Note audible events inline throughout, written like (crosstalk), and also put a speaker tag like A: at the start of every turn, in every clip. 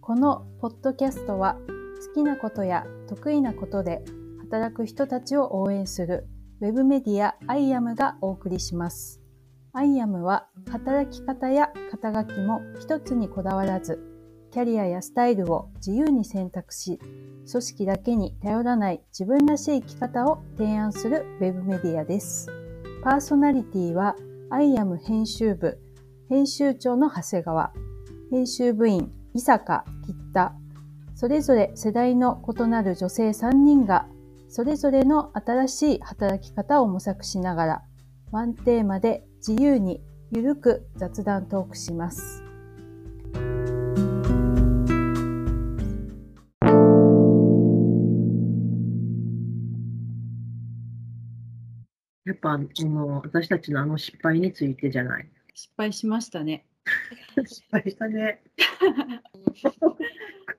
A: ポッドキャストは好きなことや得意なことで働く人たちを応援するウェブメディアアイアムがお送りします。アイアムは働き方や肩書きも一つにこだわらず、キャリアやスタイルを自由に選択し、組織だけに頼らない自分らしい生き方を提案するウェブメディアです。パーソナリティはアイアム編集部、編集長の長谷川、編集部員、伊坂、吉田、それぞれ世代の異なる女性3人がそれぞれの新しい働き方を模索しながら、ワンテーマで自由にゆるく雑談トークします。
B: やっぱあの私たちのあの失敗についてじゃない。
A: 失敗しましたね。
B: 失敗したね。こ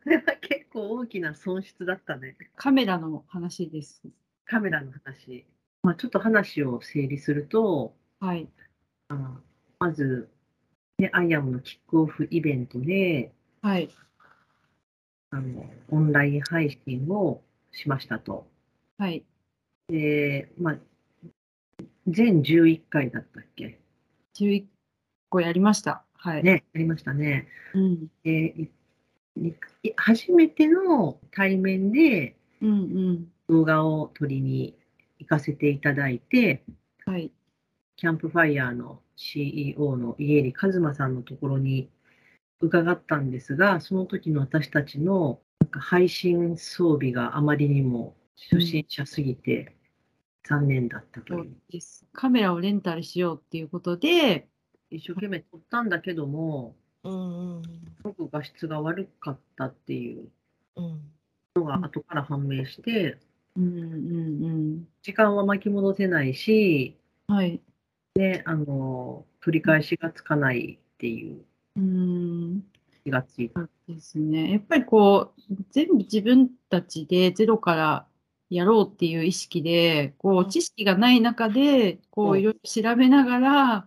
B: れは結構大きな損失だったね。
A: カメラの話です。
B: カメラの話。まあ、ちょっと話を整理すると、
A: はい、
B: あまず、ね、アイアムのキックオフイベントで、
A: はい、
B: あのオンライン配信をしましたと。
A: はい、
B: で、まあ、全11回だったっけ
A: ?11 個やりました。はい、
B: ね、やりましたね。
A: うん、
B: で初めての対面で動画を撮りに行かせていただいて、
A: はい、
B: キャンプファイヤーの CEO の家入一馬さんのところに伺ったんですが、その時の私たちのなんか配信装備があまりにも初心者すぎて残念だったという。うん、
A: です。カメラをレンタルしようっていうことで、
B: 一生懸命撮ったんだけども、
A: うんうん、
B: すごく画質が悪かったっていうのが後から判明して、
A: うんうんうん、
B: 時間は巻き戻せないし、
A: はい、
B: であの取り返しがつかないっていう気がついた。
A: ですね、やっぱりこう全部自分たちでゼロからやろうっていう意識でこう知識がない中でこういろいろ調べながら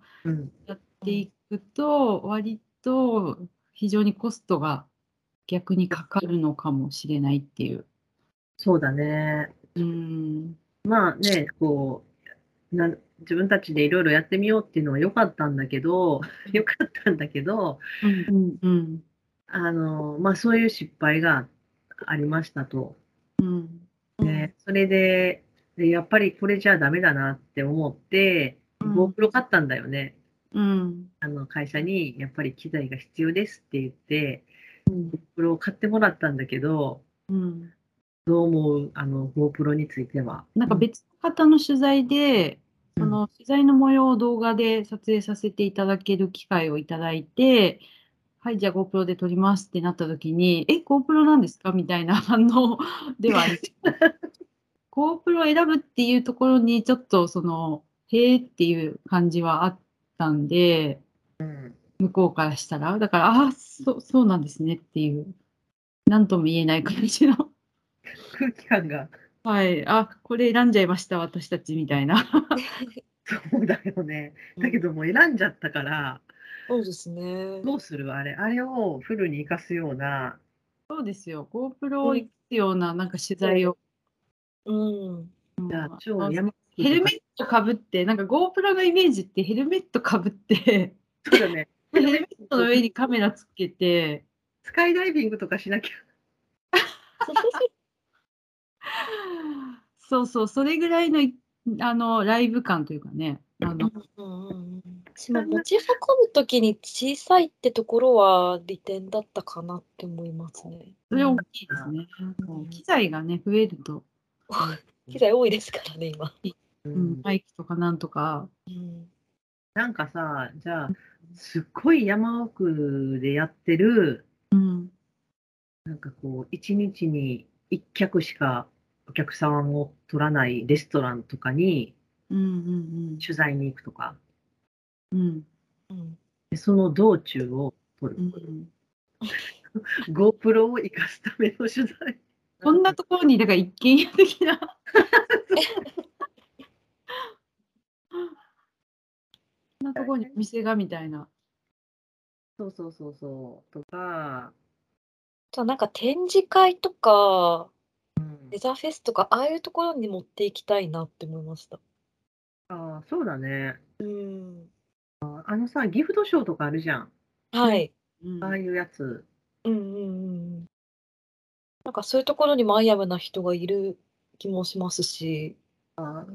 A: やっていくと割と非常にコストが逆にかかるのかもしれないっていう。
B: そうだね。
A: うん。
B: まあね、こうな自分たちでいろいろやってみようっていうのは良かったんだ
A: (laughs)
B: けど、良かったんだけど、
A: うんうんうん、
B: あのまあそういう失敗がありましたと。
A: うん
B: ね、それででやっぱりこれじゃダメだなって思って、GoPro 買ったんだよね。
A: うん、
B: あの会社にやっぱり機材が必要ですって言って、
A: うん、
B: GoPro を買ってもらったんだけど、
A: うん、
B: どう思うあの GoPro については。
A: なんか別の方の取材で、うん、その取材の模様を動画で撮影させていただける機会をいただいて、はい、じゃあ GoPro で撮りますってなった時に、え、GoPro なんですかみたいな反応 (laughs) ではあり GoPro を選ぶっていうところにちょっとその、へえっていう感じはあって。たんで、
B: うん、
A: 向こうからしたらだからああそそうなんですねっていう何とも言えない感じの
B: 空気感が
A: はいあこれ選んじゃいました私たちみたいな
B: そうだよねだけどもう選んじゃったから、
C: (laughs) そうですね
B: どうするあれあれをフルに生かすような
A: そうですよ GoPro を生かすようななんか取材を、
C: うん、 (laughs)
B: うん、じゃあ超山
A: ヘルメットかぶって、なんか GoPro のイメージってヘルメットかぶって、
B: そうだね。
A: (laughs) ヘルメットの上にカメラつけて、
B: スカイダイビングとかしなきゃ。
A: そうそう、それぐらいのあのライブ感というかね。あの
C: 私も持ち運ぶ時に小さいってところは利点だったかなって思いますね。
A: それ大きいですね。うん、機材がね、増えると。
C: 機材多いですからね、今。
A: うん、マイクとかなんとか。
C: うん、
B: なんかさ、じゃあ、すっごい山奥でやってる、
A: うん、
B: なんかこう、一日に1客しかお客さんを取らないレストランとかに、取材に行くとか、
A: うん
C: うん、
B: でその道中を撮る。うん GoPro を生かすための取材。
A: こんなところに、だから一軒家的な。なとこに店がみたいな。
B: そうそうそうそう。とか。
C: とはなんか展示会とか、
B: うん
C: レザーフェスとか、ああいうところに持っていきたいなって思いました。
B: あーそうだね。
C: うん。
B: あのさ、ギフトショーとかあるじゃん。
C: はい。
B: ああいうやつ。
C: うんうんうんうん。なんかそういうところにもアイアムな人がいる気もしますし、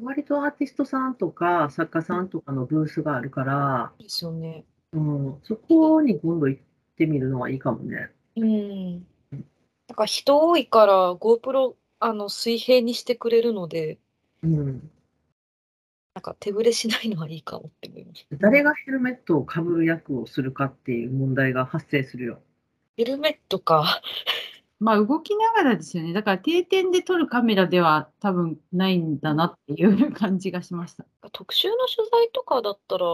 B: 割とアーティストさんとか作家さんとかのブースがあるから、
C: ですよね。
B: うん、そこに今度行ってみるのはいいかもね。
C: うん。なんか人多いから GoPro あの水平にしてくれるので、
B: うん、
C: なんか手ぶれしないのはいいかもって思いました。
B: 誰がヘルメットをかぶる役をするかっていう問題が発生するよ。
C: ヘルメットか。
A: まあ動きながらですよね。だから定点で撮るカメラでは多分ないんだなっていう感じがしました。
C: 特集の取材とかだったら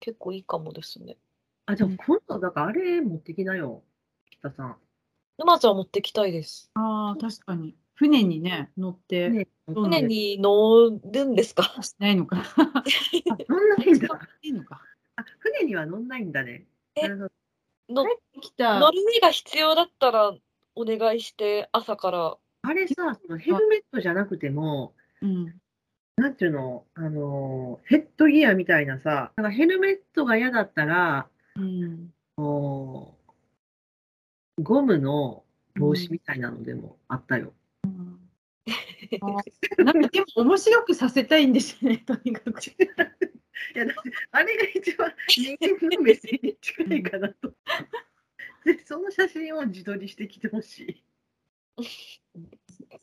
C: 結構いいかもですね。
B: あ、じゃあ今度、だからあれ持ってきなよ、北さん。
C: 沼津は持ってきたいです。
A: ああ、確かに。船にね、乗って、
B: ね
A: そうね
C: 船に乗るんですか
A: しないのか。
B: 乗んないんだ。
A: いいのか。
B: あ船には乗んないんだね。
C: え
B: なるほど
C: の
A: 来た。
C: 乗る目が必要だったらお願いして
A: (laughs)
C: 朝から。
B: あれさ、そのヘルメットじゃなくても、
A: うん。
B: なんていうの、あのーヘッドギアみたいなさ、なんかヘルメットが嫌だったら、
A: うん。
B: おゴムの帽子みたいなのでもあったよ。
A: なんかでも面白くさせたいんですよね、とにかく。
B: いやだってあれが一番人間の目線に近いかなと。で、その写真を自撮りしてきてほしい。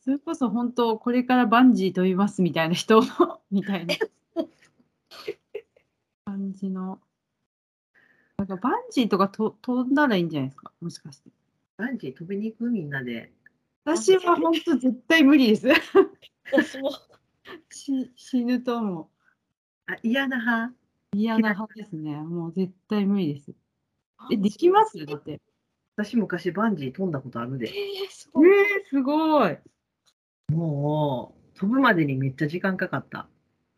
A: それこそ本当、これからバンジー飛びますみたいな人 (laughs) みたいな感じの。なんかバンジーとかと飛んだらいいんじゃないですか、もしかして。
B: バンジー飛びに行くみんなで。
A: 私は本当、絶対無理です。
C: 私も
A: (laughs) し死ぬとも
B: あ、嫌な派。
A: う嫌な派ですね。もう絶対無理です。え、できますだって。え
B: 私昔バンジー飛んだことある
C: え
B: で。
C: ー、すごい。
A: すごい。
B: もう、飛ぶまでにめっちゃ時間かかった。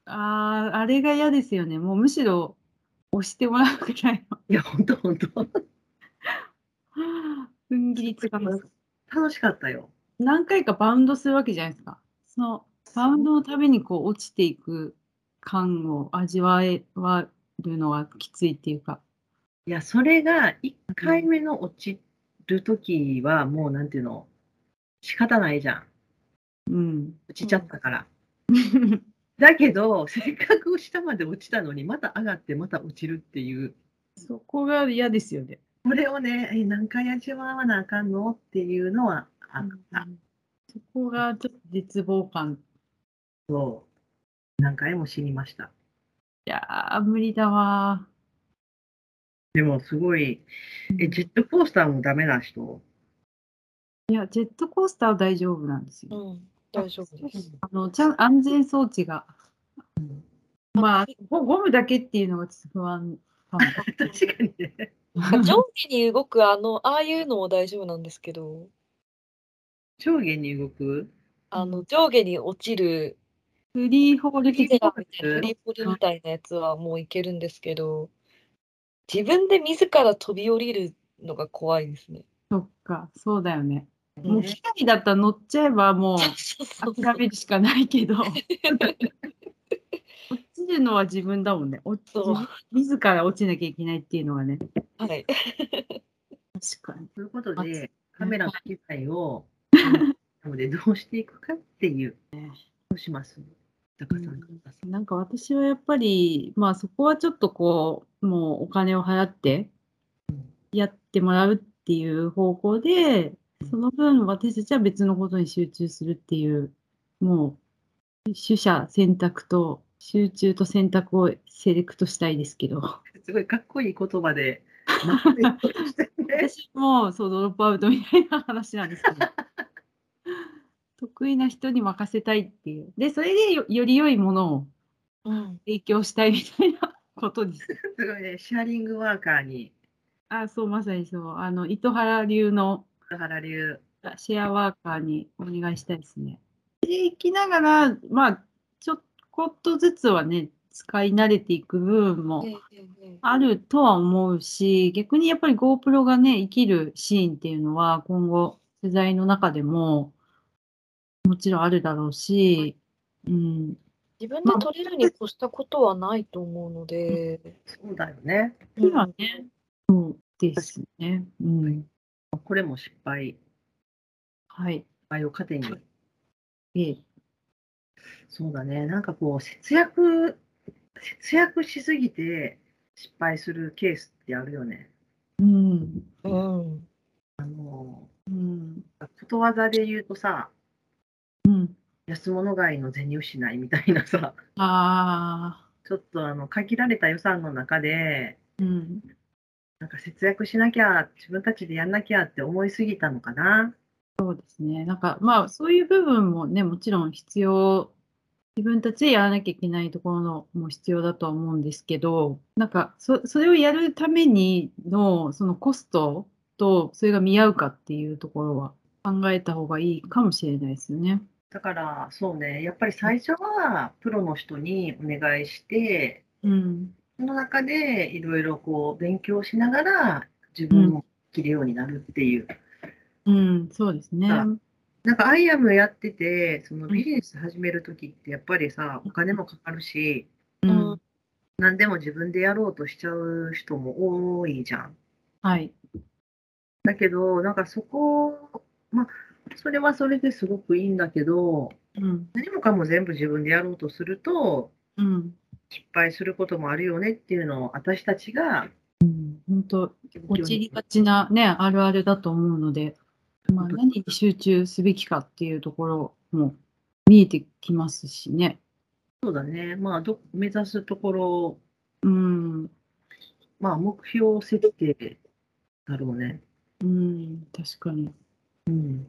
A: ああ、あれが嫌ですよね。もうむしろ押してもらうくらい (laughs) の。
B: いや、ほんとほんと。
A: 踏ん切りつかまず。
B: 楽しかったよ。
A: 何回かバウンドするわけじゃないですか。そのバウンドのためにこう落ちていく感を味わえわるのはきついっていうか。
B: いや、それが1回目の落ちるときは、もうなんていうの、仕方ないじゃん。
A: うん。
B: 落ちちゃったから。だけど、せっかく下まで落ちたのに、また上がって、また落ちるっていう、
A: そこが嫌ですよね。
B: これをね、え何回味わわなあかんのっていうのはあった。
A: そこがちょっと絶望感。
B: そう。何回も死にました。
A: いやー、無理だわ
B: でも、すごい、
A: ー。
B: え、ジェットコースターもダメな人
A: いや、ジェットコースターは大丈夫なんですよ。
C: うん、大丈夫です。
A: あのちゃん安全装置が。まあ、ゴゴムだけっていうのがちょっと不安かも。
C: (laughs)
B: (laughs) 確かにね。
C: なんか上下に動くあの、ああいうのも大丈夫なんですけど、
B: 上下に動く
C: あの上下に落ちる
A: フリーホール
C: フリ
A: 的
C: ー
A: な
C: ポールみたいなやつはもういけるんですけど、自分で自ら飛び降りるのが怖いですね。
A: そっか、そうだよね。もう
C: ね
A: 機械だったら乗っちゃえばも
C: そうそう
A: う
C: そう
A: 諦めるしかないけど。 (laughs) 落ちるのは自分だもんね。落ち
C: そう
A: 自ら落ちなきゃいけないっていうのがね。
C: はい。
A: 確かに。
B: ということ
A: あそう
B: で、カメラの機材を、なのでどうしていくかっていう、どうします高さん
A: うんなんか私はやっぱり、まあそこはちょっとこう、もうお金を払ってやってもらうっていう方向で、その分私たちは別のことに集中するっていう、もう取捨選択と集中と選択をセレクトしたいですけど、
B: すごいかっこいい言葉で、まとめようとしてね
A: 私もそうドロップアウトみたいな話なんですけど。得意な人に任せたいっていう。で、それでよより良いものを
C: うん、
A: 提供したいみたいなことです。
B: すごいね、シェアリングワーカーに、
A: あ、そう、まさにそう。あの、糸原流の
B: 田原流、
A: あシェアワーカーにお願いしたいですね。で、行きながら、まあ、ちょこっとずつはね、使い慣れていく部分も
C: ええええええ
A: あるとは思うし、逆にやっぱり GoPro がね、生きるシーンっていうのは、今後、世代の中でも、もちろんあるだろうし、うん、
C: 自分で撮れるに越したことはないと思うので、
B: そうだよね。
A: 次はね、そうですね。うん。
B: これも失敗、
A: はい。
B: 失敗を糧に。
A: ええ、
B: そうだね。なんかこう、節約、節約しすぎて失敗するケースってあるよね。
A: うん。
C: うん、
A: うん。
B: ことわざで言うとさ、
A: うん。
B: 安物買いの銭失いみたいなさ、
A: ああ、
B: ちょっとあの限られた予算の中で、
A: うん。
B: なんか節約しなきゃ、自分たちでやんなきゃって思いすぎたのかな。
A: ですね。なんか、まあ、そういう部分もね、もちろん必要、自分たちでやらなきゃいけないところのも必要だとは思うんですけど、なんか、そそれをやるためにの、そのコストと、それが見合うかっていうところは考えた方がいいかもしれないですよね。
B: だから、そうね、やっぱり最初はプロの人にお願いして、
A: うん。
B: その中でいろいろこう勉強しながら自分も切るようになるっていう。
A: うん、そうですね。
B: あなんかアイアムやってて、そのビジネス始めるときってやっぱりさ、お金もかかるし、
A: うん。
B: 何でも自分でやろうとしちゃう人も多いじゃん。
A: はい。
B: だけど、なんかそこ、まあ、それはそれですごくいいんだけど、
A: うん。
B: 何もかも全部自分でやろうとすると、
A: うん。
B: 失敗することもあるよねっていうのを私たちが
A: 本当、陥りがちなね、あるあるだと思うので、まあ、何に集中すべきかっていうところも見えてきますしね。
B: そうだね、まあど、目指すところ、
A: うん、
B: まあ、目標設定だろうね。
A: うん、確かに。
B: うん、